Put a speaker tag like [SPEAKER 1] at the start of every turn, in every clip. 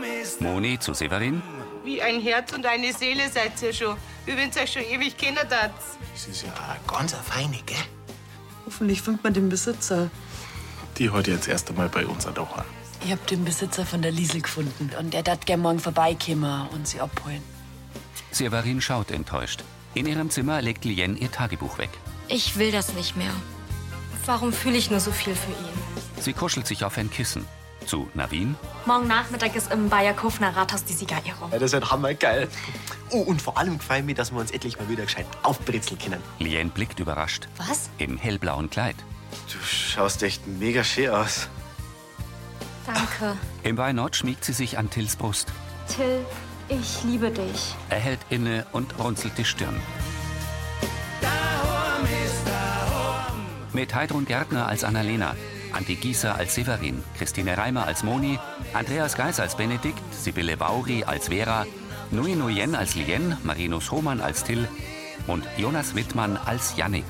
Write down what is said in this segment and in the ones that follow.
[SPEAKER 1] bist.
[SPEAKER 2] Moni zu Severin.
[SPEAKER 1] Wie ein Herz und eine Seele seid ihr schon. Wir wünschen euch schon ewig Kindertanz.
[SPEAKER 3] Das ist ja eine ganz eine feine, gell?
[SPEAKER 4] Hoffentlich findet man den Besitzer.
[SPEAKER 3] Die heute jetzt erst einmal bei uns an der Horn.
[SPEAKER 5] Ich hab den Besitzer von der Liesel gefunden. Und er dat gern morgen vorbeikäme und sie abholen.
[SPEAKER 2] Severin schaut enttäuscht. In ihrem Zimmer legt Lien ihr Tagebuch weg.
[SPEAKER 6] Ich will das nicht mehr. Warum fühle ich nur so viel für ihn?
[SPEAKER 2] Sie kuschelt sich auf ein Kissen. Zu Navin.
[SPEAKER 6] Morgen Nachmittag ist im Bayerkofner Rathaus die Siegerehrung.
[SPEAKER 7] Äh.
[SPEAKER 8] Ja, das wird hammergeil. Oh, und vor allem gefällt mir, dass wir uns endlich mal wieder gescheit aufbrezeln können.
[SPEAKER 2] Lien blickt überrascht.
[SPEAKER 6] Was?
[SPEAKER 2] Im hellblauen Kleid.
[SPEAKER 7] Du schaust echt mega schön aus.
[SPEAKER 6] Danke.
[SPEAKER 2] Im Weinort schmiegt sie sich an Tills Brust.
[SPEAKER 6] Till, ich liebe dich.
[SPEAKER 2] Er hält inne und runzelt die Stirn. Mit Heidrun Gärtner als Annalena, Antti Gieser als Severin, Christine Reimer als Moni, Andreas Geis als Benedikt, Sibylle Bauri als Vera, Nui Nuyen als Lien, Marinus Hohmann als Till und Jonas Wittmann als Jannik.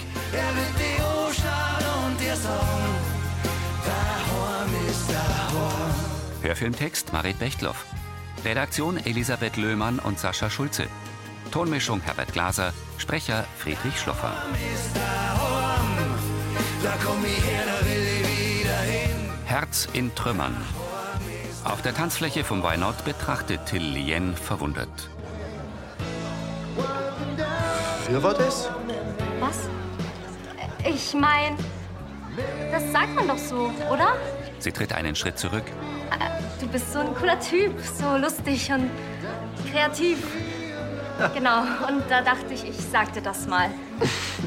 [SPEAKER 2] Hörfilmtext Marit Bechtloff. Redaktion Elisabeth Löhmann und Sascha Schulze. Tonmischung Herbert Glaser. Sprecher Friedrich Schloffer. Herz in Trümmern. Auf der Tanzfläche vom Weinort betrachtet Till Lien verwundert.
[SPEAKER 7] Wer war das?
[SPEAKER 6] Was? Ich mein, das sagt man doch so, oder?
[SPEAKER 2] Sie tritt einen Schritt zurück.
[SPEAKER 6] Äh, Du bist so ein cooler Typ, so lustig und kreativ. Genau, und da dachte ich, ich sag dir das mal.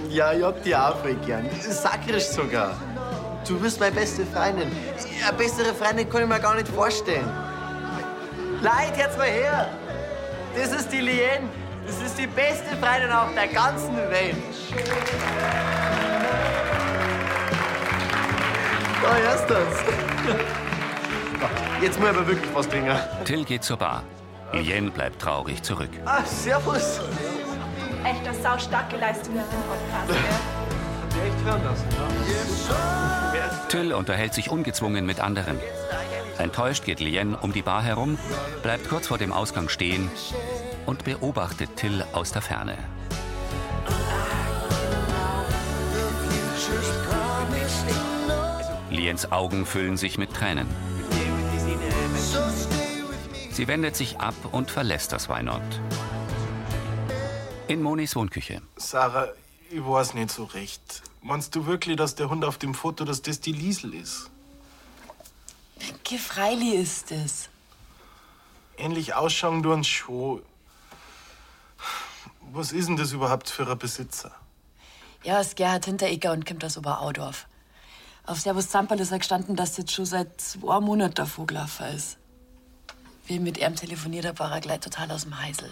[SPEAKER 7] Ja, ich hab die auch voll gern. Sakrisch sogar. Du bist meine beste Freundin. Eine bessere Freundin kann ich mir gar nicht vorstellen. Leid, jetzt mal her. Das ist die Lien. Das ist die beste Freundin auf der ganzen Welt. Da hörst du's. Jetzt muss ich aber wirklich was trinken.
[SPEAKER 2] Till geht zur Bar. Lien bleibt traurig zurück.
[SPEAKER 7] Ah, servus.
[SPEAKER 9] Echt, das sau starke Leistung mit dem Podcast. Gell?
[SPEAKER 2] Till unterhält sich ungezwungen mit anderen. Enttäuscht geht Lien um die Bar herum, bleibt kurz vor dem Ausgang stehen und beobachtet Till aus der Ferne. Liens Augen füllen sich mit Tränen. Sie wendet sich ab und verlässt das Weinort. In Monis Wohnküche.
[SPEAKER 3] Sarah, ich weiß nicht so recht. Meinst du wirklich, dass der Hund auf dem Foto, dass das die Liesel ist?
[SPEAKER 5] Gefreili ist es.
[SPEAKER 3] Ähnlich ausschauen du uns schon. Was ist denn das überhaupt für ein Besitzer?
[SPEAKER 5] Ja, es Gerhard Hinteregger und kommt aus Oberaudorf. Auf Servus Zamperl ist er gestanden, dass jetzt schon seit zwei Monaten der Vogelaffer ist. Will mit ihm telefoniert, der war er gleich total aus dem Heisel.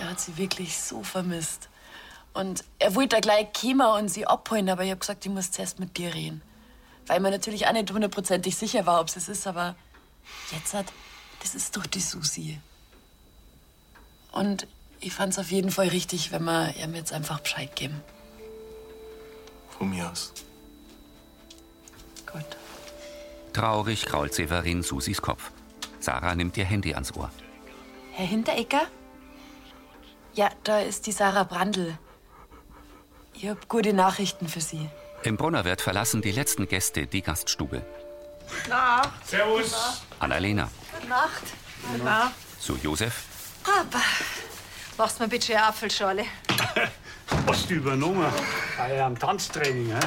[SPEAKER 5] Er hat sie wirklich so vermisst. Und er wollte da gleich kommen und sie abholen, aber ich hab gesagt, ich muss zuerst mit dir reden. Weil mir natürlich auch nicht hundertprozentig sicher war, ob es ist, aber jetzt hat, das ist doch die Susi. Und ich fand's auf jeden Fall richtig, wenn wir ihm jetzt einfach Bescheid geben.
[SPEAKER 3] Von mir aus.
[SPEAKER 5] Gut.
[SPEAKER 2] Traurig krault Severin Susis Kopf. Sarah nimmt ihr Handy ans Ohr.
[SPEAKER 5] Herr Hinteregger? Ja, da ist die Sarah Brandl. Ich hab gute Nachrichten für Sie.
[SPEAKER 2] Im Brunnerwirt verlassen die letzten Gäste die Gaststube.
[SPEAKER 9] Na,
[SPEAKER 10] Servus.
[SPEAKER 2] Annalena
[SPEAKER 9] gute Nacht. Gute Nacht.
[SPEAKER 2] zu Josef,
[SPEAKER 9] Papa, machst mir bitte eine Apfelschorle.
[SPEAKER 10] Hast du übernommen? Bei einem Tanztraining, hä?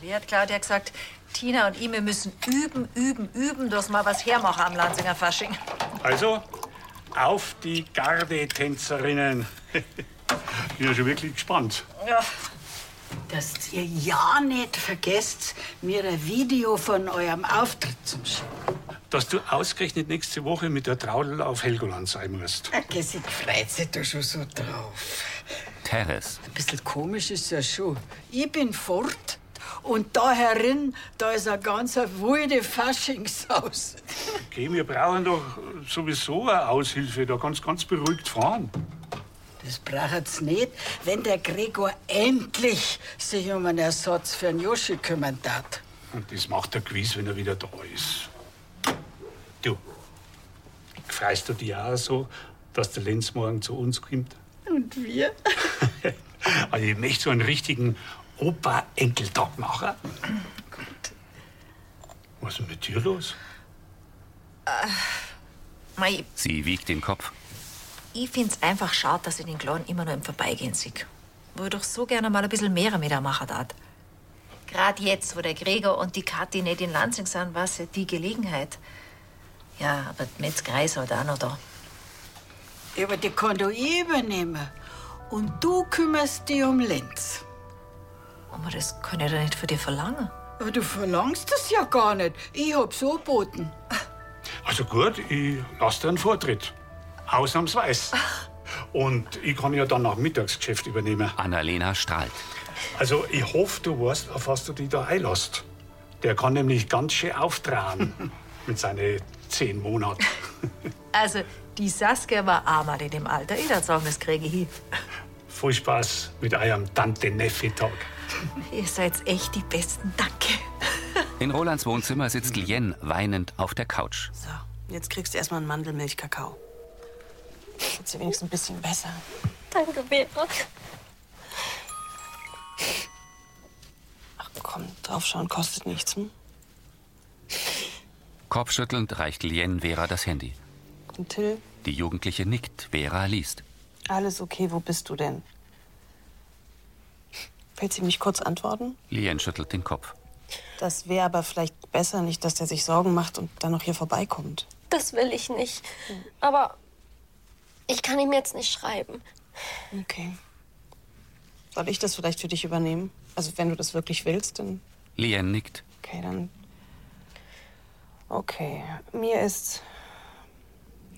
[SPEAKER 9] Wie hat Claudia gesagt, Tina und ich, wir müssen üben, üben, üben, dass wir was hermachen am Lansinger Fasching.
[SPEAKER 10] Also, auf die Garde-Tänzerinnen. Bin ja schon wirklich gespannt.
[SPEAKER 9] Ja.
[SPEAKER 11] Dass ihr ja nicht vergesst, mir ein Video von eurem Auftritt zum Schicken.
[SPEAKER 10] Dass du ausgerechnet nächste Woche mit der Traudel auf Helgoland sein musst.
[SPEAKER 11] Gell, Sie freut sich da schon so drauf.
[SPEAKER 2] Teres,
[SPEAKER 11] Ein bisschen komisch ist ja schon. Ich bin fort und da herin, da ist ein ganzer wilde Faschingshaus.
[SPEAKER 10] Okay, wir brauchen doch sowieso eine Aushilfe. Da kannst du ganz beruhigt fahren.
[SPEAKER 11] Das braucht's nicht, wenn der Gregor endlich sich um einen Ersatz für den Joschi kümmern darf.
[SPEAKER 10] Und das macht der Quiz, wenn er wieder da ist. Du, freust du dich auch so, dass der Lenz morgen zu uns kommt?
[SPEAKER 11] Und wir?
[SPEAKER 10] Also ich möchte so einen richtigen Opa-Enkeltag machen. Was ist denn mit dir los?
[SPEAKER 9] Äh, mei,
[SPEAKER 2] Sie wiegt den Kopf.
[SPEAKER 9] ich find's einfach schade, dass ich den Clown immer nur im Vorbeigehen sehe. Wo ich doch so gerne mal ein bisschen mehr mit ihm machen darf. Gerade jetzt, wo der Gregor und die Kathi nicht in Lansing sind, war ja die Gelegenheit. Ja, aber die Metzgerei ist halt auch noch da.
[SPEAKER 11] Aber die kann du übernehmen. Und du kümmerst dich um Lenz.
[SPEAKER 9] Aber das kann ich doch nicht von dir verlangen.
[SPEAKER 11] Aber du verlangst das ja gar nicht. Ich hab's angeboten.
[SPEAKER 10] Also gut, ich lasse dir einen Vortritt. Ausnahmsweise. Und ich kann ja dann nach Mittagsgeschäft übernehmen.
[SPEAKER 2] Annalena strahlt.
[SPEAKER 10] Also ich hoffe, du weißt, auf was du dich da einlässt. Der kann nämlich ganz schön auftragen mit seinen zehn Monaten.
[SPEAKER 9] Also, die Saskia war armer in dem Alter. Ich würde sagen, das kriege ich hin.
[SPEAKER 10] Viel Spaß mit eurem Tante-Neffe-Tag.
[SPEAKER 9] Ihr seid echt die Besten. Danke.
[SPEAKER 2] In Rolands Wohnzimmer sitzt Lien weinend auf der Couch.
[SPEAKER 4] Jetzt kriegst du erstmal einen Mandelmilch-Kakao. Geht's dir wenigstens ein bisschen besser.
[SPEAKER 6] Danke, Vera.
[SPEAKER 4] Komm, draufschauen kostet nichts. Hm?
[SPEAKER 2] Kopfschüttelnd reicht Lien Vera das Handy.
[SPEAKER 4] Und Till,
[SPEAKER 2] Die Jugendliche nickt, Vera liest.
[SPEAKER 4] alles okay, wo bist du denn? Willst du mich kurz antworten?
[SPEAKER 2] Lien schüttelt den Kopf.
[SPEAKER 4] Das wäre aber vielleicht besser nicht, dass der sich Sorgen macht und dann noch hier vorbeikommt.
[SPEAKER 6] Das will ich nicht.
[SPEAKER 4] Hm.
[SPEAKER 6] Aber ich kann ihm jetzt nicht schreiben.
[SPEAKER 4] Okay. Soll ich das vielleicht für dich übernehmen? Also wenn du das wirklich willst, dann
[SPEAKER 2] Lien nickt.
[SPEAKER 4] Okay, dann. Okay, mir ist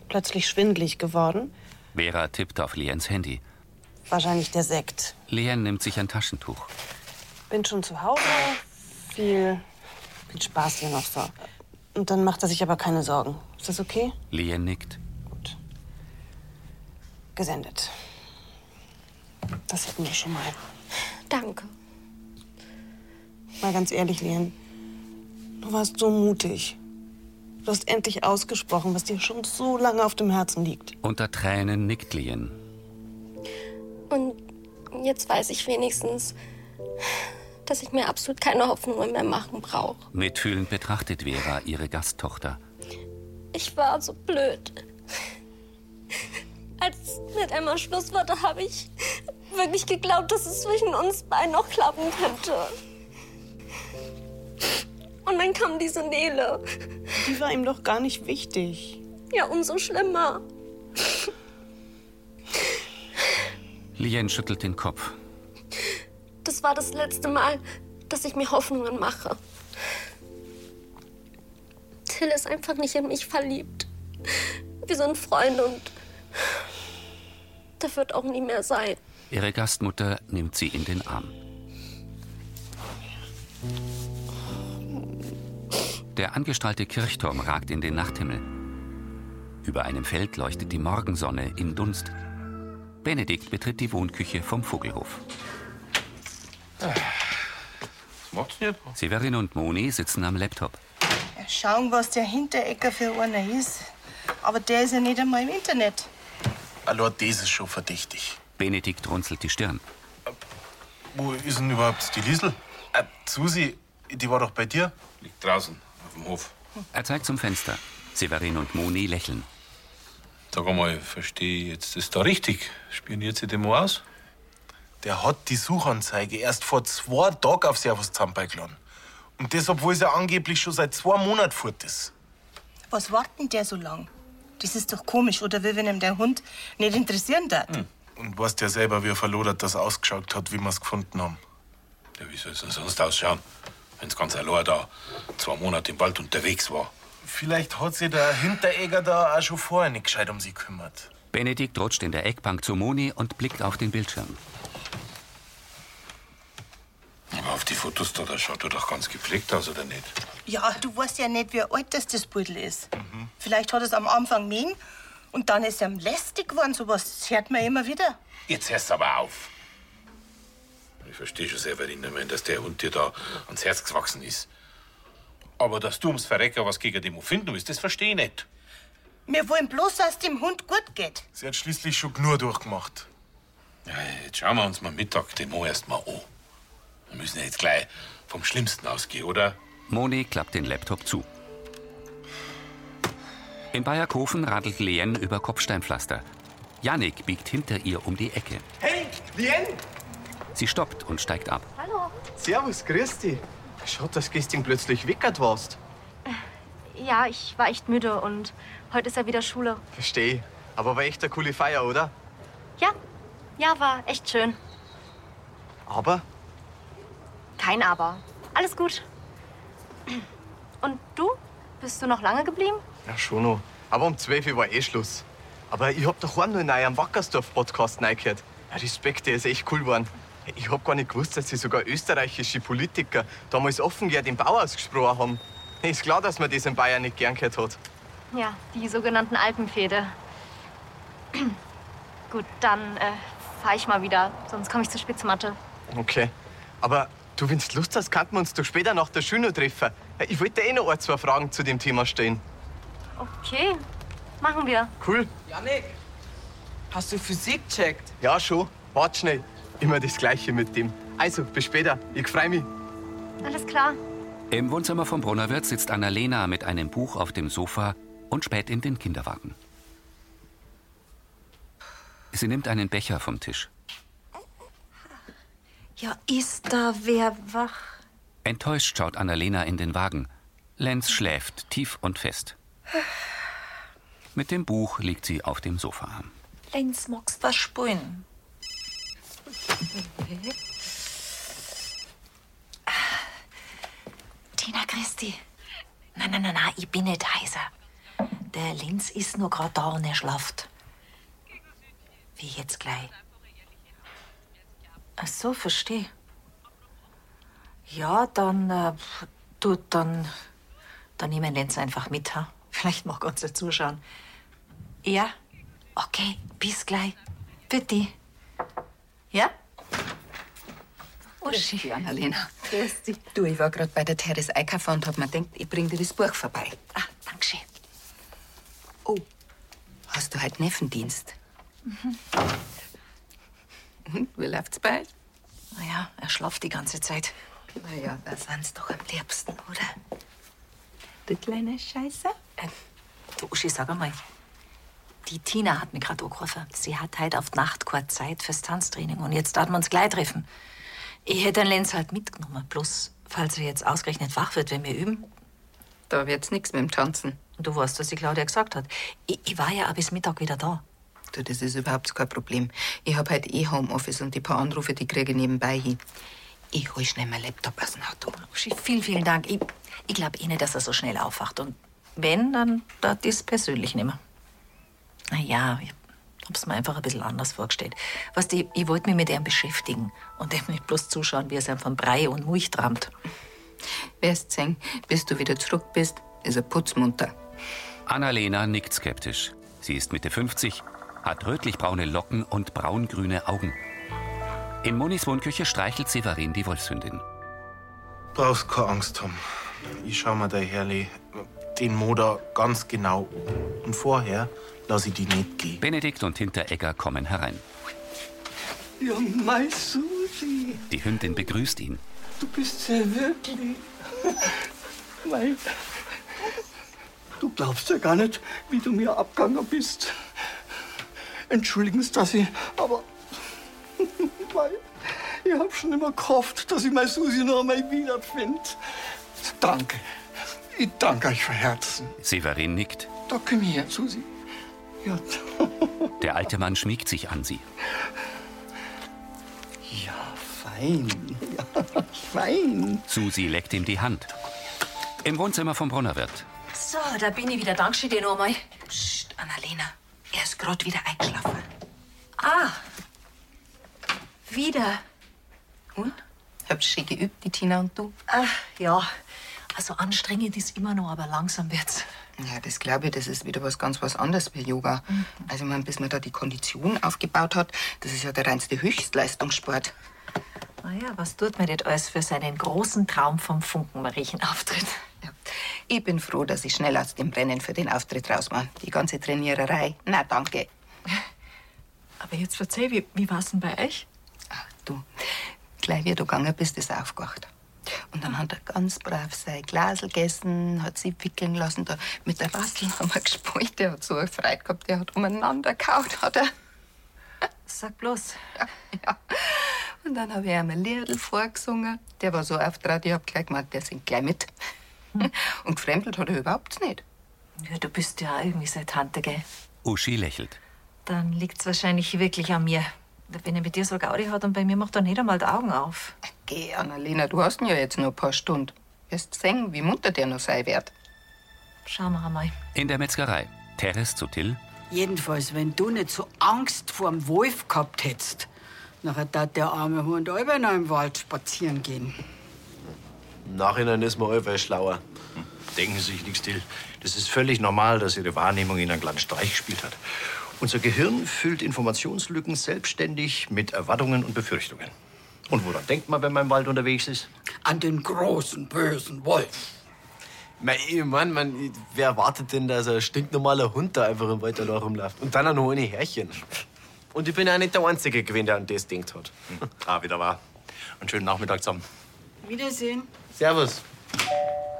[SPEAKER 4] plötzlich schwindlig geworden.
[SPEAKER 2] Vera tippt auf Liens Handy.
[SPEAKER 4] Wahrscheinlich der Sekt.
[SPEAKER 2] Lien nimmt sich ein Taschentuch.
[SPEAKER 4] Bin schon zu Hause. Viel, viel Spaß hier noch so. Und dann macht er sich aber keine Sorgen. Ist das okay?
[SPEAKER 2] Lien nickt.
[SPEAKER 4] Gesendet. Das hätten wir schon mal.
[SPEAKER 6] Danke.
[SPEAKER 4] Mal ganz ehrlich, Lien. Du warst so mutig. Du hast endlich ausgesprochen, was dir schon so lange auf dem Herzen liegt.
[SPEAKER 2] Unter Tränen nickt Lien.
[SPEAKER 6] Und jetzt weiß ich wenigstens, dass ich mir absolut keine Hoffnung mehr machen brauche.
[SPEAKER 2] Mitfühlend betrachtet Vera ihre Gasttochter.
[SPEAKER 6] Ich war so blöd. Als mit Emma Schluss war, da habe ich wirklich geglaubt, dass es zwischen uns beiden noch klappen könnte. Und dann kam diese Nele.
[SPEAKER 4] Die war ihm doch gar nicht wichtig.
[SPEAKER 6] Ja, umso schlimmer.
[SPEAKER 2] Lien schüttelt den Kopf.
[SPEAKER 6] Das war das letzte Mal, dass ich mir Hoffnungen mache. Till ist einfach nicht in mich verliebt. Wir sind Freunde und das wird auch nie mehr sein.
[SPEAKER 2] Ihre Gastmutter nimmt sie in den Arm. Der angestrahlte Kirchturm ragt in den Nachthimmel. Über einem Feld leuchtet die Morgensonne in Dunst. Benedikt betritt die Wohnküche vom Vogelhof.
[SPEAKER 12] Was macht's denn jetzt?
[SPEAKER 2] Severin und Moni sitzen am Laptop.
[SPEAKER 13] Schauen, was der Hinterecker für einer ist. Aber der ist ja nicht einmal im Internet.
[SPEAKER 3] Allein das ist schon verdächtig.
[SPEAKER 2] Benedikt runzelt die Stirn.
[SPEAKER 3] Wo ist denn überhaupt die Liesel? Äh, Susi, die war doch bei dir? Liegt draußen, auf dem Hof.
[SPEAKER 2] Er zeigt zum Fenster. Severin und Moni lächeln.
[SPEAKER 12] Sag einmal, verstehe ich jetzt das da richtig? Spioniert sie dem aus?
[SPEAKER 3] Der hat die Suchanzeige erst vor zwei Tagen auf Servus zusammenbeigeladen. Und das, obwohl sie angeblich schon seit zwei Monaten fort ist.
[SPEAKER 13] Was warten der so lang? Das ist doch komisch, oder will wenn ihm der Hund nicht interessieren darf?
[SPEAKER 3] Und weiß der selber, wie verlodert das ausgeschaut hat, wie wir es gefunden haben.
[SPEAKER 12] Ja, wie soll's denn sonst ausschauen, wenn's ganz allein da zwei Monate im Wald unterwegs war?
[SPEAKER 3] Vielleicht hat sich der Hinteregger da auch schon vorher nicht gescheit um sie kümmert.
[SPEAKER 2] Benedikt rutscht in der Eckbank zu Moni und blickt auf den Bildschirm.
[SPEAKER 12] Aber auf die Fotos da, da schaut er doch ganz gepflegt aus, oder nicht?
[SPEAKER 13] Ja, du weißt ja nicht, wie alt das, das Pudel ist. Vielleicht hat es am Anfang mähen und dann ist er lästig geworden. Sowas das hört man immer wieder.
[SPEAKER 12] Jetzt hörst aber auf. Ich verstehe schon Severin, ich meine, dass der Hund dir da ans Herz gewachsen ist. Aber dass du ums Verrecker was gegen den finden willst, das verstehe ich nicht.
[SPEAKER 13] Wir wollen bloß, dass es dem Hund gut geht.
[SPEAKER 3] Sie hat schließlich schon nur durchgemacht.
[SPEAKER 12] Ja, jetzt schauen wir uns mal Mittag den Mo erst mal an. Wir müssen ja jetzt gleich vom Schlimmsten ausgehen, oder?
[SPEAKER 2] Moni klappt den Laptop zu. In Bayerkofen radelt Lien über Kopfsteinpflaster. Janik biegt hinter ihr um die Ecke.
[SPEAKER 8] Hey, Lien!
[SPEAKER 2] Sie stoppt und steigt ab.
[SPEAKER 6] Hallo.
[SPEAKER 8] Servus, grüß dich. Schaut, dass gestern plötzlich weckert warst.
[SPEAKER 6] Ja, ich war echt müde und heute ist ja wieder Schule.
[SPEAKER 8] Verstehe. Aber war echt eine coole Feier, oder?
[SPEAKER 6] Ja, ja, war echt schön.
[SPEAKER 8] Aber?
[SPEAKER 6] Kein Aber. Alles gut. Und du? Bist du noch lange geblieben?
[SPEAKER 8] Ja, schon noch. Aber um 12 Uhr war eh Schluss. Aber ich hab doch heute noch neu am Wackersdorf-Podcast reingehört. Ja, Respekt, der ist echt cool geworden. Ich hab gar nicht gewusst, dass sie sogar österreichische Politiker damals offen ja den Bau ausgesprochen haben. Ist klar, dass man das in Bayern nicht gern gehört hat.
[SPEAKER 6] Ja, die sogenannten Alpenfehde. Gut, dann äh, fahre ich mal wieder, sonst komme ich zu spät zur Mathe.
[SPEAKER 8] Okay. Aber du, wenn du Lust hast, könnten wir uns doch später nach der Schule noch treffen. Ich wollte eh noch ein, zwei Fragen zu dem Thema stellen.
[SPEAKER 6] Okay, machen wir.
[SPEAKER 8] Cool?
[SPEAKER 14] Janik, hast du Physik checkt?
[SPEAKER 8] Ja, schon. Wart schnell. Immer das Gleiche mit dem. Also, bis später. Ich freu mich.
[SPEAKER 6] Alles klar.
[SPEAKER 2] Im Wohnzimmer vom Brunnerwirt sitzt Annalena mit einem Buch auf dem Sofa und späht in den Kinderwagen. Sie nimmt einen Becher vom Tisch.
[SPEAKER 9] Ja, ist da wer wach?
[SPEAKER 2] Enttäuscht schaut Annalena in den Wagen. Lenz schläft tief und fest. Mit dem Buch liegt sie auf dem Sofa.
[SPEAKER 9] Lenz, magst was spielen? Tina Christi. Nein, nein, nein, nein, ich bin nicht heiser. Der Lenz ist nur gerade da und er schlaft. Wie jetzt gleich. Ach so, verstehe. Ja, dann, äh, du, dann, dann nehmen wir Lenz einfach mit, ha? Vielleicht mag er uns ja zuschauen. Ja? Okay, bis gleich. Bitte. Ja? Oh,
[SPEAKER 15] Uschi. Grüß dich, Annalena. Grüß dich. Du, ich war gerade bei der Teres einkaufen und hab mir gedacht, ich bring dir das Buch vorbei. Ah,
[SPEAKER 9] danke schön.
[SPEAKER 15] Oh, hast du heute Neffendienst?
[SPEAKER 9] Mhm.
[SPEAKER 15] Hm, Wie läuft's bei euch?
[SPEAKER 9] Naja, er schlaft die ganze Zeit.
[SPEAKER 15] Na ja, da sind's doch am liebsten, oder?
[SPEAKER 9] Du kleine Scheiße. Äh, du Uschi, sag einmal. Die Tina hat mich gerade angerufen. Sie hat heute auf die Nacht keine Zeit fürs Tanztraining und jetzt darf wir uns gleich treffen. Ich hätte den Lenz halt mitgenommen, bloß falls er jetzt ausgerechnet wach wird, wenn wir üben.
[SPEAKER 15] Da wird's nichts mit dem Tanzen.
[SPEAKER 9] Du weißt, was die Claudia gesagt hat. Ich, ich war ja auch bis Mittag wieder da.
[SPEAKER 15] Du, das ist überhaupt kein Problem. Ich hab heute eh Homeoffice und die paar Anrufe, die kriege ich nebenbei hin. Ich hol schnell meinen Laptop aus dem Auto.
[SPEAKER 9] Uschi, Oh, vielen, vielen Dank. Ich, ich glaube eh nicht, dass er so schnell aufwacht. Und wenn, dann da das persönlich nimmer. Na ja, ich hab's mir einfach ein bisschen anders vorgestellt. Weißt du, ich, ich wollte mich mit ihm beschäftigen und dem nicht bloß zuschauen, wie er sein von Brei und Mulch trammt.
[SPEAKER 15] Wirst sehen, bis du wieder zurück bist, ist er putzmunter.
[SPEAKER 2] Annalena nickt skeptisch. Sie ist Mitte 50, hat rötlich-braune Locken und braungrüne Augen. In Monis Wohnküche streichelt Severin die Wolfshündin.
[SPEAKER 3] Brauchst keine Angst haben. Ich schau mir da Herrli den Moder ganz genau an. Und vorher lass ich die nicht gehen.
[SPEAKER 2] Benedikt und Hinteregger kommen herein.
[SPEAKER 14] Ja, mein Susi,
[SPEAKER 2] Die Hündin begrüßt ihn.
[SPEAKER 14] du bist ja wirklich. mein. Du glaubst ja gar nicht, wie du mir abgegangen bist. Entschuldigen Sie, dass ich. Aber. mein, ich hab schon immer gehofft, dass ich meine Susi noch einmal wiederfinde. Danke. Ich danke euch von Herzen.
[SPEAKER 2] Severin nickt.
[SPEAKER 14] Da komm her, Susi. Ja,
[SPEAKER 2] Der alte Mann schmiegt sich an sie.
[SPEAKER 14] ja fein. Ja, fein.
[SPEAKER 2] Susi leckt ihm die Hand. Im Wohnzimmer vom Brunnerwirt.
[SPEAKER 9] So, da bin ich wieder. Dankeschön dir nochmal. Psst, Annalena. Er ist gerade wieder eingeschlafen. Ah. Wieder.
[SPEAKER 15] Habt schön geübt, die Tina und du?
[SPEAKER 9] Ach, Ah, ja. Also anstrengend ist immer noch, aber langsam wird's.
[SPEAKER 15] Ja, das glaube ich, das ist wieder was ganz was anderes wie Yoga. Also, ich mein, bis man da die Kondition aufgebaut hat, das ist ja der reinste Höchstleistungssport.
[SPEAKER 9] Ah Naja, was tut man nicht alles für seinen großen Traum vom Funkenmariechenauftritt?
[SPEAKER 15] Ich bin froh, dass ich schnell aus dem Rennen für den Auftritt raus war. Die ganze Trainiererei. Na, danke.
[SPEAKER 9] Aber jetzt erzähl, wie, wie war's denn bei euch?
[SPEAKER 15] Gleich wie du gegangen bist, ist er aufgewacht. Und dann hat er ganz brav sein Glasel gegessen, hat sie wickeln lassen. Da mit der Rassel haben wir gespielt. Der hat so eine Freude gehabt, der hat umeinander gehauen, hat er.
[SPEAKER 9] Sag bloß.
[SPEAKER 15] Ja, ja. Und dann habe ich ihm ein Liedl vorgesungen. Der war so aufgeregt, ich habe gleich gemeint, der singt gleich mit.
[SPEAKER 9] Hm.
[SPEAKER 15] Und gefremdelt hat er überhaupt nicht.
[SPEAKER 9] Ja, du bist ja irgendwie seine Tante, gell?
[SPEAKER 2] Uschi lächelt.
[SPEAKER 9] Dann liegt's wahrscheinlich wirklich an mir. Wenn er mit dir so Gaudi hat und bei mir macht er nicht einmal die Augen auf.
[SPEAKER 15] Geh, Annalena, du hast ihn ja jetzt nur ein paar Stunden. Wirst sehen, wie munter der noch sein wird.
[SPEAKER 9] Schauen wir einmal.
[SPEAKER 2] In der Metzgerei. Teres zu Till.
[SPEAKER 11] Jedenfalls, wenn du nicht so Angst vor dem Wolf gehabt hättest, nachher tat der arme Hund immer noch im Wald spazieren gehen.
[SPEAKER 16] Im Nachhinein ist man allweil schlauer. Denken Sie sich nichts, Till. Das ist völlig normal, dass Ihre Wahrnehmung Ihnen einen kleinen Streich gespielt hat. Unser Gehirn füllt Informationslücken selbstständig mit Erwartungen und Befürchtungen. Und woran denkt man, wenn man im Wald unterwegs ist?
[SPEAKER 11] An den großen, bösen Wolf.
[SPEAKER 16] Na,
[SPEAKER 8] Ich mein, man, wer erwartet denn, dass ein stinknormaler Hund da einfach im Wald allein rumläuft? Und dann auch noch ohne Härchen. Und ich bin auch nicht der Einzige gewesen, der an das denkt hat.
[SPEAKER 16] Ah, wieder wahr. Einen schönen Nachmittag zusammen.
[SPEAKER 11] Wiedersehen.
[SPEAKER 16] Servus.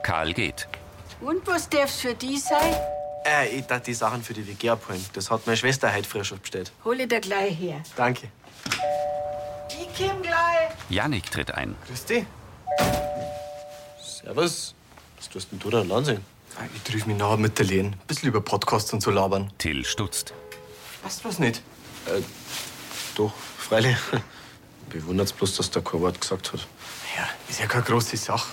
[SPEAKER 2] Karl geht.
[SPEAKER 11] Und was darf's für die sein?
[SPEAKER 8] Äh, ich darf die Sachen für die WG abholen. Das hat meine Schwester heute frisch bestellt.
[SPEAKER 11] Hol ich dir gleich her.
[SPEAKER 8] Danke.
[SPEAKER 11] Ich komm gleich.
[SPEAKER 2] Janik tritt ein.
[SPEAKER 8] Grüß dich.
[SPEAKER 16] Servus. Was tust denn du da allein sein?
[SPEAKER 8] Ich triff mich nachher mit der Lehn. Bisschen über Podcasts und so labern.
[SPEAKER 2] Till stutzt.
[SPEAKER 8] Passt was nicht?
[SPEAKER 16] Äh, doch, freilich. Bewundert's bloß, dass der kein Wort gesagt hat.
[SPEAKER 8] Ja, ist ja keine große Sache.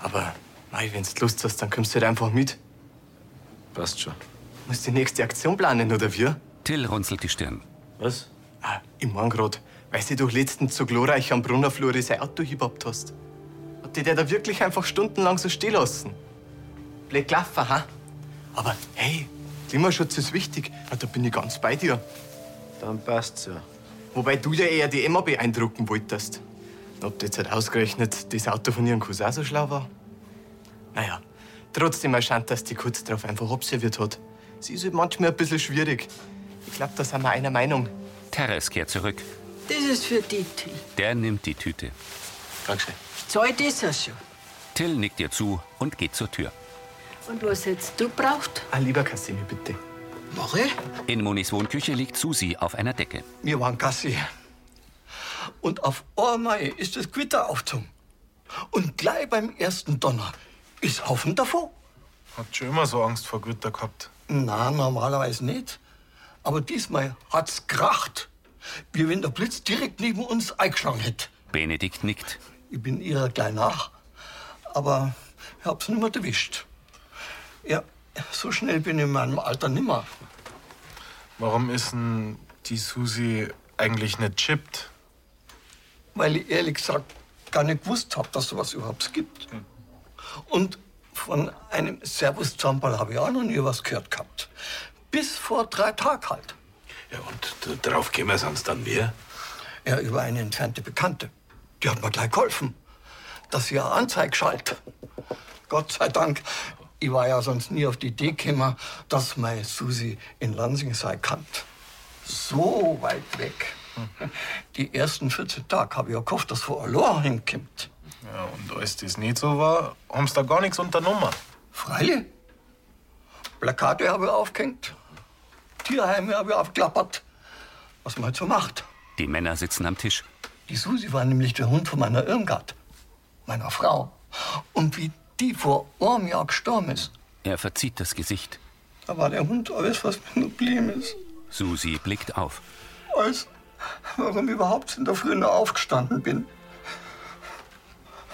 [SPEAKER 8] Aber, mei, wenn's Lust hast, dann kommst du halt einfach mit.
[SPEAKER 16] Passt schon.
[SPEAKER 8] Musst die nächste Aktion planen, oder wir?
[SPEAKER 2] Till runzelt die Stirn.
[SPEAKER 16] Was?
[SPEAKER 8] Ah, ich mein grad, weil du doch letztens so glorreich am Brunnerflure sein Auto gebappt hast. Hat dich der da wirklich einfach stundenlang so stehen lassen? Blöd gelaufen, ha? Aber hey, Klimaschutz ist wichtig. Na, da bin ich ganz bei dir.
[SPEAKER 16] Dann passt's ja.
[SPEAKER 8] Wobei du ja eher die Emma beeindrucken wolltest. Und Ob du jetzt halt ausgerechnet das Auto von ihrem Cousin so schlau war? Naja, trotzdem erscheint, dass die kurz darauf einfach observiert hat. Sie ist halt manchmal ein bisschen schwierig. Ich glaube, da sind wir einer Meinung.
[SPEAKER 2] Teres kehrt zurück.
[SPEAKER 11] Das ist für die Till.
[SPEAKER 2] Der nimmt die Tüte.
[SPEAKER 16] Dankeschön.
[SPEAKER 11] Zahlt ist er schon.
[SPEAKER 2] Till nickt ihr zu und geht zur Tür.
[SPEAKER 11] Und was hättest du braucht?
[SPEAKER 8] Ah, lieber Cassini, bitte.
[SPEAKER 14] Mache?
[SPEAKER 2] In Monis Wohnküche liegt Susi auf einer Decke.
[SPEAKER 14] Wir waren Gassi. Und auf einmal ist das Gewitter aufgezogen. Und gleich beim ersten Donner ist Haufen davon.
[SPEAKER 3] Habt schon immer so Angst vor Gewitter gehabt?
[SPEAKER 14] Na, normalerweise nicht. Aber diesmal hat's kracht. Wie wenn der Blitz direkt neben uns eingeschlagen hätte.
[SPEAKER 2] Benedikt nickt.
[SPEAKER 14] Ich bin ihr gleich nach. Aber ich hab's nimmer erwischt. Ja, so schnell bin ich in meinem Alter nimmer.
[SPEAKER 3] Warum ist denn die Susi eigentlich nicht chippt?
[SPEAKER 14] weil ich ehrlich gesagt gar nicht gewusst habe, dass sowas überhaupt gibt. Und von einem servus zampal habe ich auch noch nie was gehört gehabt. Bis vor drei Tagen halt.
[SPEAKER 12] Und darauf gehen wir sonst dann wir.
[SPEAKER 14] Ja, über eine entfernte Bekannte. Die hat mir gleich geholfen, dass sie eine Anzeige schaltet. Gott sei Dank. Ich war ja sonst nie auf die Idee gekommen, dass meine Susi in Lansing sei kann. So weit weg. Die ersten 14 Tage habe ich ja gehofft, dass wo Alor hinkommt.
[SPEAKER 3] Ja, und als das nicht so war, haben sie da gar nichts unternommen.
[SPEAKER 14] Freilich. Plakate habe ich aufgehängt. Tierheime habe ich aufklappert. Was man halt so macht.
[SPEAKER 2] Die Männer sitzen am Tisch.
[SPEAKER 14] Die Susi war nämlich der Hund von meiner Irmgard, meiner Frau. Und wie die vor einem Jahr gestorben ist,
[SPEAKER 2] Er verzieht das Gesicht.
[SPEAKER 14] da war der Hund alles, was mir noch geblieben ist.
[SPEAKER 2] Susi blickt auf.
[SPEAKER 14] Alles, warum ich überhaupt in der Früh noch aufgestanden bin.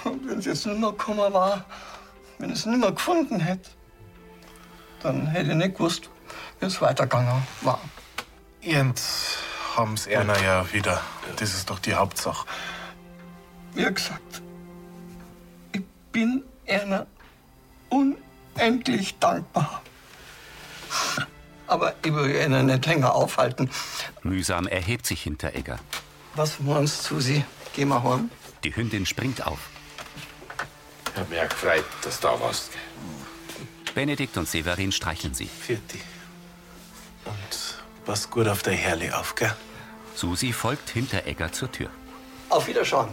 [SPEAKER 14] Und wenn es jetzt nimmer gekommen war, wenn ich es nimmer gefunden hätte, dann hätte ich nicht gewusst, wie es weitergegangen war.
[SPEAKER 3] Jens haben's Erna ja wieder. Das ist doch die Hauptsache.
[SPEAKER 14] Wie gesagt, ich bin Erna unendlich dankbar. Aber ich will Erna nicht länger aufhalten.
[SPEAKER 2] Mühsam erhebt sich Hinteregger.
[SPEAKER 14] Was meinst du, Susi? Geh mal heim.
[SPEAKER 2] Die Hündin springt auf.
[SPEAKER 12] Ich hab mich auch gefreut, dass du da warst. gell.
[SPEAKER 2] Benedikt und Severin streicheln sie.
[SPEAKER 3] Vierte. Und pass gut auf dein Herrli auf, gell?
[SPEAKER 2] Susi folgt Hinteregger zur Tür.
[SPEAKER 14] Auf Wiederschauen.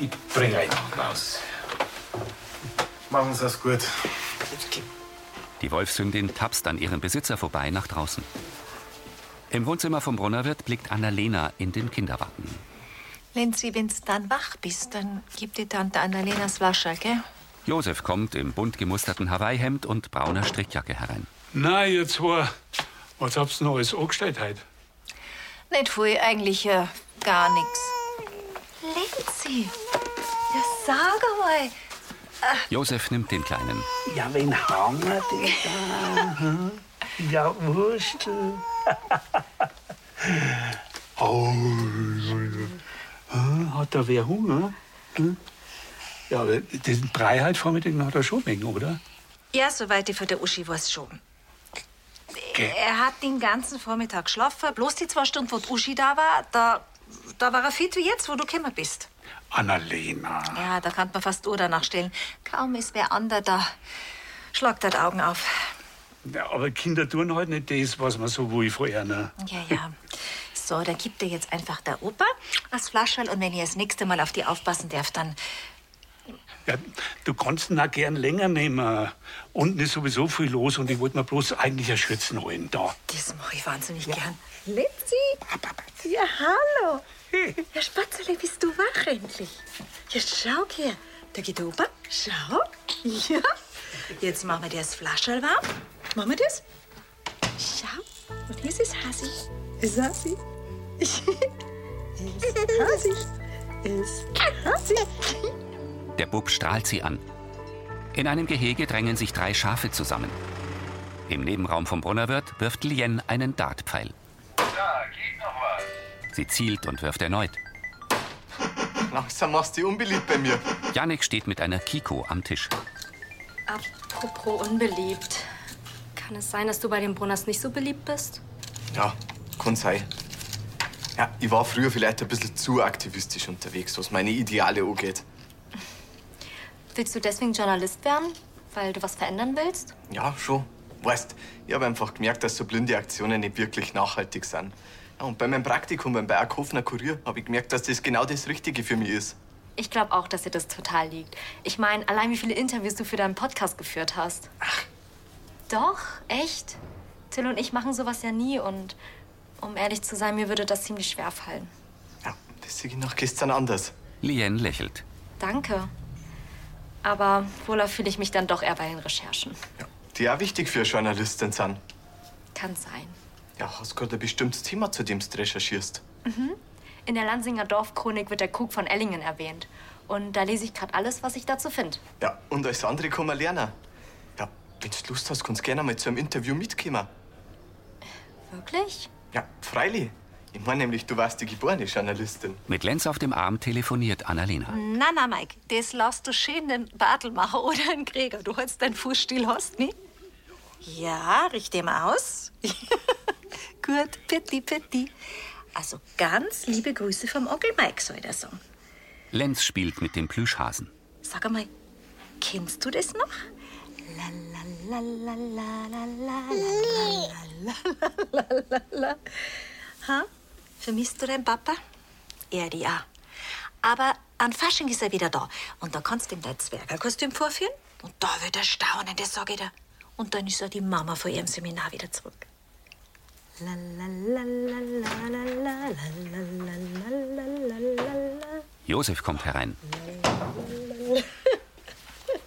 [SPEAKER 12] Ich bring euch noch raus.
[SPEAKER 3] Machen Sie es gut.
[SPEAKER 2] Die Wolfshündin tapst an ihrem Besitzer vorbei nach draußen. Im Wohnzimmer vom Brunnerwirt blickt Annalena in den Kinderwagen.
[SPEAKER 9] Lenzi, wenn du dann wach bist, dann gib die Tante Annalenas Flasche, gell?
[SPEAKER 2] Josef kommt im bunt gemusterten Hawaii-Hemd und brauner Strickjacke herein.
[SPEAKER 10] Na, ihr zwei, was habt ihr noch alles angestellt heute?
[SPEAKER 9] Nicht viel, eigentlich äh, gar nichts. Lenzi, ja sag einmal.
[SPEAKER 2] Josef nimmt den Kleinen.
[SPEAKER 14] Ja, wen haben wir denn da? hm? Ja, Wurstel. oh, hm, hat da wer Hunger? Hm? Ja, aber den Brei heute Vormittag hat er schon wegen, oder?
[SPEAKER 9] Ja, soweit ich von der Uschi weiß schon. Er hat den ganzen Vormittag geschlafen, bloß die zwei Stunden, wo die Uschi da war, da, da war er fit wie jetzt, wo du gekommen bist.
[SPEAKER 10] Annalena.
[SPEAKER 9] Ja, da kann man fast Uhr danach stellen. Kaum ist wer ander da, schlagt er die Augen auf.
[SPEAKER 10] Ja, aber Kinder tun heute halt nicht das, was man so wohl von einer.
[SPEAKER 9] Ja, ja. So, da gibt dir jetzt einfach der Opa das Flascherl und wenn ihr das nächste Mal auf die aufpassen darf, dann
[SPEAKER 10] Ja, du kannst ihn auch gern länger nehmen. Unten ist sowieso viel los und ich wollte mir bloß eigentlich ein Schürzen holen. Da.
[SPEAKER 9] Das mache ich wahnsinnig gern. Letzi! Ja, hallo! Ja, Spatzerle, bist du wach endlich? Ja, schau her. Da geht der Opa. Schau. Ja. Jetzt machen wir dir das Flascherl warm. Machen wir das? Schau. Und hier ist es Hasi. Ist Hasi? Ist Hasi. Ist Hasi.
[SPEAKER 2] Der Bub strahlt sie an. In einem Gehege drängen sich drei Schafe zusammen. Im Nebenraum vom Brunnerwirt wirft Lien einen Dartpfeil. Sie zielt und wirft erneut.
[SPEAKER 8] Langsam machst du dich unbeliebt bei mir.
[SPEAKER 2] Janik steht mit einer Kiko am Tisch.
[SPEAKER 6] Apropos unbeliebt. Kann es sein, dass du bei den Brunners nicht so beliebt bist?
[SPEAKER 8] Ja, kann sein. Ja, ich war früher vielleicht ein bisschen zu aktivistisch unterwegs, was meine Ideale angeht.
[SPEAKER 6] Willst du deswegen Journalist werden? Weil du was verändern willst?
[SPEAKER 8] Ja, schon. Weißt, ich habe einfach gemerkt, dass so blinde Aktionen nicht wirklich nachhaltig sind. Ja, und bei meinem Praktikum beim Berghofener Kurier habe ich gemerkt, dass das genau das Richtige für mich ist.
[SPEAKER 6] Ich glaube auch, dass dir das total liegt. Ich meine, allein wie viele Interviews du für deinen Podcast geführt hast. Ach. Doch, echt? Till und ich machen sowas ja nie und um ehrlich zu sein, mir würde das ziemlich schwer fallen.
[SPEAKER 8] Das sehe ich nach gestern anders.
[SPEAKER 2] Lien lächelt.
[SPEAKER 6] Danke. Aber wohler fühle ich mich dann doch eher bei den Recherchen.
[SPEAKER 8] Die auch wichtig für eine Journalistin sind.
[SPEAKER 6] Kann sein.
[SPEAKER 8] Ja, hast gerade ein bestimmtes Thema, zu dem du recherchierst.
[SPEAKER 6] Mhm. In der Lansinger Dorfchronik wird der Krug von Ellingen erwähnt. Und da lese ich gerade alles, was ich dazu finde.
[SPEAKER 8] Ja, und als andere kann man lernen. Ja, wenn du Lust hast, kannst du gerne mal zu einem Interview mitkommen.
[SPEAKER 6] Wirklich?
[SPEAKER 8] Ja, freilich. Ich meine nämlich, du warst die geborene Journalistin.
[SPEAKER 2] Mit Lenz auf dem Arm telefoniert Annalena.
[SPEAKER 9] Na, na, Mike, das lässt du schön den Bartel machen oder den Gregor. Du holst deinen Fußstil, hast nicht? Ja, richte ihn aus. Gut, pitti, pitti. Also ganz liebe Grüße vom Onkel Mike, soll der sagen.
[SPEAKER 2] Lenz spielt mit dem Plüschhasen.
[SPEAKER 9] Sag einmal, kennst du das noch? La, la, la, la, la, la, la, la, la, la, la, la. Ha? Vermisst du deinen Papa? Er ja. Aber an Fasching ist er wieder da. Und da kannst du ihm dein Zwergerkostüm vorführen. Und da wird er staunen, das sag ich dir. Und dann ist auch die Mama von ihrem Seminar wieder zurück. La, la, la, la, la, la, la, la, la, la, la, la, la, la.
[SPEAKER 2] Josef kommt herein.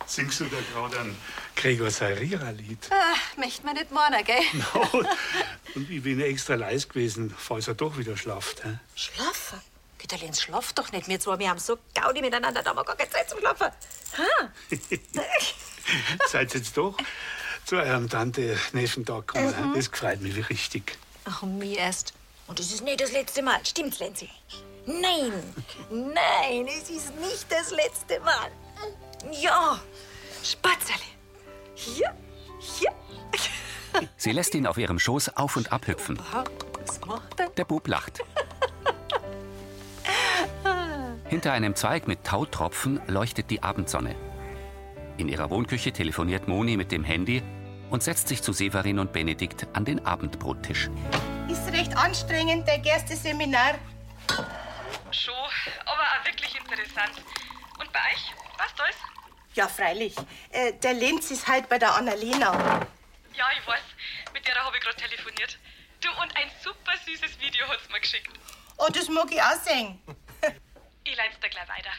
[SPEAKER 10] Singst du da gerade ein Gregor Sarira-Lied?
[SPEAKER 17] Ah, möcht man nicht meinen, gell?
[SPEAKER 10] Und ich bin extra leis gewesen, falls er doch wieder schlaft. Hä?
[SPEAKER 9] Schlafen? Güterlin, schlaf doch nicht. Wir zwei, wir haben so Gaudi miteinander, da haben wir gar keine Zeit zum Schlafen. Ha?
[SPEAKER 10] Seid jetzt doch zu eurem Tante-Neffentag gekommen. Das freut mich richtig.
[SPEAKER 9] Ach, mir erst. Und das ist nicht das letzte Mal. Stimmt's, Lenzi? Nein, nein, es ist nicht das letzte Mal. Ja, Spatzerle. Hier, hier.
[SPEAKER 2] Sie lässt ihn auf ihrem Schoß auf und ab hüpfen.
[SPEAKER 9] Was macht er?
[SPEAKER 2] Der Bub lacht. Hinter einem Zweig mit Tautropfen leuchtet die Abendsonne. In ihrer Wohnküche telefoniert Moni mit dem Handy und setzt sich zu Severin und Benedikt an den Abendbrottisch.
[SPEAKER 13] Ist recht anstrengend, dein erstes Seminar.
[SPEAKER 18] Schon, aber auch wirklich interessant. Und bei euch? Passt alles?
[SPEAKER 13] Ja, freilich. Äh, der Lenz ist halt bei der Annalena.
[SPEAKER 18] Ja, ich weiß. Mit der habe ich gerade telefoniert. Du, und ein super süßes Video hat's mir geschickt.
[SPEAKER 13] Oh, das mag ich auch sehen.
[SPEAKER 18] Ich leite da gleich weiter.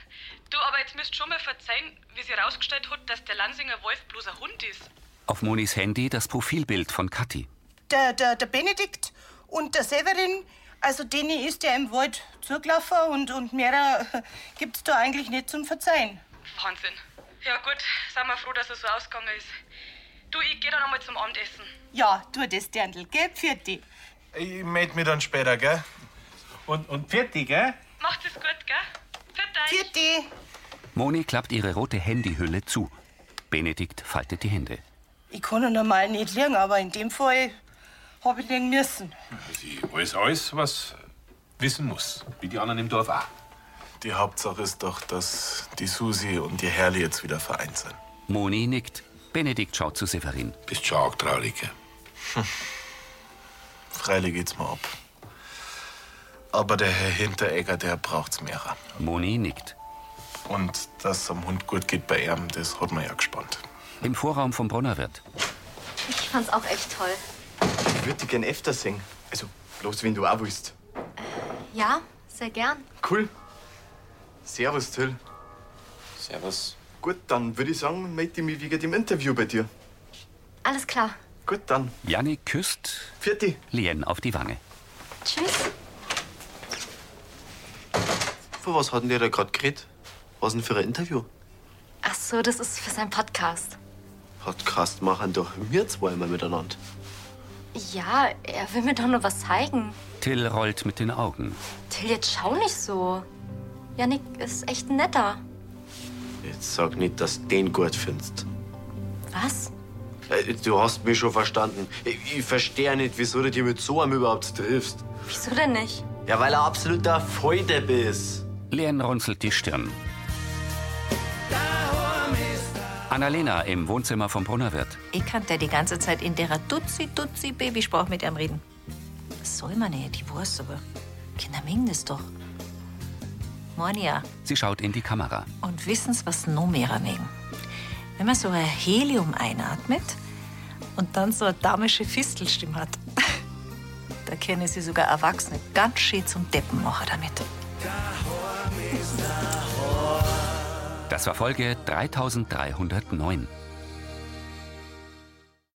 [SPEAKER 18] Du, aber jetzt müsst schon mal verzeihen, wie sie herausgestellt hat, dass der Lansinger Wolf bloß ein Hund ist.
[SPEAKER 2] Auf Monis Handy das Profilbild von Kathi.
[SPEAKER 13] Der, der, der Benedikt und der Severin, also denen ist ja im Wald zugelaufen und, und mehrer gibt's da eigentlich nicht zum Verzeihen.
[SPEAKER 18] Wahnsinn. Ja gut, sind wir froh, dass es so ausgegangen ist. Du, ich gehe dann nochmal zum Abendessen.
[SPEAKER 13] Ja, tu das, Dirndl, gell? Pfiat
[SPEAKER 3] Ich meld mich dann später, gell? Und, und Pirti, gell?
[SPEAKER 18] Macht es gut, gell? Pfiat
[SPEAKER 13] dich.
[SPEAKER 2] Moni klappt ihre rote Handyhülle zu. Benedikt faltet die Hände.
[SPEAKER 13] Ich kann ja normal nicht liegen, aber in dem Fall hab ich liegen müssen.
[SPEAKER 12] Sie weiß alles, was wissen muss. Wie die anderen im Dorf auch.
[SPEAKER 3] Die Hauptsache ist doch, dass die Susi und die Herrli jetzt wieder vereint sind.
[SPEAKER 2] Moni nickt. Benedikt schaut zu Severin.
[SPEAKER 12] Bist schon auch traurig, gell?
[SPEAKER 3] Freilich geht's mal ab. Aber der Herr Hinteregger, der braucht's mehrer.
[SPEAKER 2] Moni nickt.
[SPEAKER 3] Und dass es am Hund gut geht bei ihm, das hat man ja gespannt.
[SPEAKER 2] Im Vorraum vom Brunnerwirt.
[SPEAKER 6] Ich fand's auch echt toll.
[SPEAKER 8] Ich würde dich gern öfter singen. Also, bloß wenn du auch willst.
[SPEAKER 6] Ja, sehr gern.
[SPEAKER 8] Cool. Servus, Till.
[SPEAKER 12] Servus.
[SPEAKER 8] Gut, dann würde ich sagen, melde ich mich wegen dem Interview bei dir.
[SPEAKER 6] Alles klar.
[SPEAKER 8] Gut, dann.
[SPEAKER 2] Janik küsst
[SPEAKER 8] Vierte.
[SPEAKER 2] Lien auf die Wange.
[SPEAKER 6] Tschüss.
[SPEAKER 16] Von was hatten die da gerade geredet? Was denn für ein Interview?
[SPEAKER 6] Ach so, das ist für seinen Podcast.
[SPEAKER 16] Podcast machen doch wir zweimal miteinander.
[SPEAKER 6] Ja, er will mir doch nur was zeigen.
[SPEAKER 2] Till rollt mit den Augen.
[SPEAKER 6] Till, jetzt schau nicht so. Janik ist echt ein netter.
[SPEAKER 16] Jetzt sag nicht, dass du den gut findest.
[SPEAKER 6] Was?
[SPEAKER 16] Äh, Du hast mich schon verstanden. Ich, ich verstehe nicht, wieso du dich mit so einem überhaupt triffst.
[SPEAKER 6] Wieso denn nicht?
[SPEAKER 16] Ja, weil er absoluter Freudepp ist.
[SPEAKER 2] Lien runzelt die Stirn. Annalena im Wohnzimmer vom Brunnerwirt.
[SPEAKER 9] Ich kann der die ganze Zeit in derer Dutzi-Dutzi-Babysprache mit ihm reden. Das soll man nicht, ich weiß aber. Kinder mengen das doch. Monia.
[SPEAKER 2] Sie schaut in die Kamera.
[SPEAKER 9] Und wissen's, was noch mehrer mengen. Wenn man so ein Helium einatmet und dann so eine damische Fistelstimme hat, da können sie sogar Erwachsene ganz schön zum Deppen machen damit.
[SPEAKER 2] Das war Folge 3309.